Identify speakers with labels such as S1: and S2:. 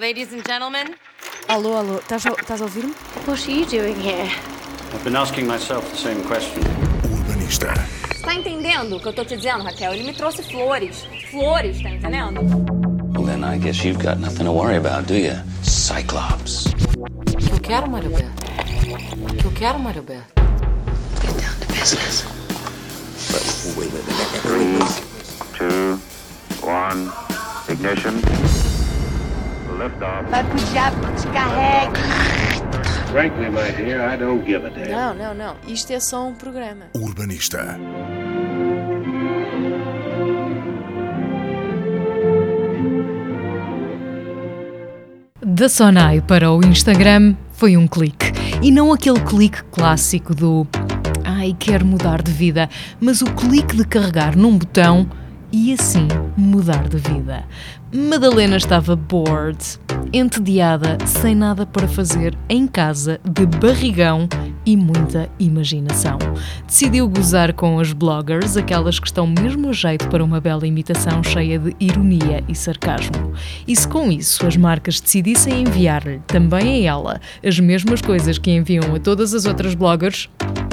S1: Ladies and gentlemen,
S2: Alô, alô, estás a, estás a ouvir-me?
S3: What are you doing here?
S4: I've been asking myself the same question.
S5: O urbanista.
S6: Tá entendendo o que eu tô te dizendo, Raquel? Ele me trouxe flores. Flores, tá entendendo?
S7: Well, then I guess you've got nothing to worry about, do you? Cyclops.
S8: Eu quero, Mário Beto. Eu quero, Mário Beto.
S3: Get down to business.
S9: two, one, ignition. Liftoff.
S4: Frankly, my dear, I don't give a damn.
S2: Não, não, não. Isto é só um programa.
S5: O urbanista.
S10: Da Sonai para o Instagram foi um clique. E não aquele clique clássico do ai, quero mudar de vida, mas o clique de carregar num botão e assim mudar de vida. Madalena estava bored, entediada, sem nada para fazer em casa, de barrigão e muita imaginação. Decidiu gozar com as bloggers, aquelas que estão mesmo a jeito para uma bela imitação cheia de ironia e sarcasmo. E se com isso as marcas decidissem enviar-lhe também a ela as mesmas coisas que enviam a todas as outras bloggers,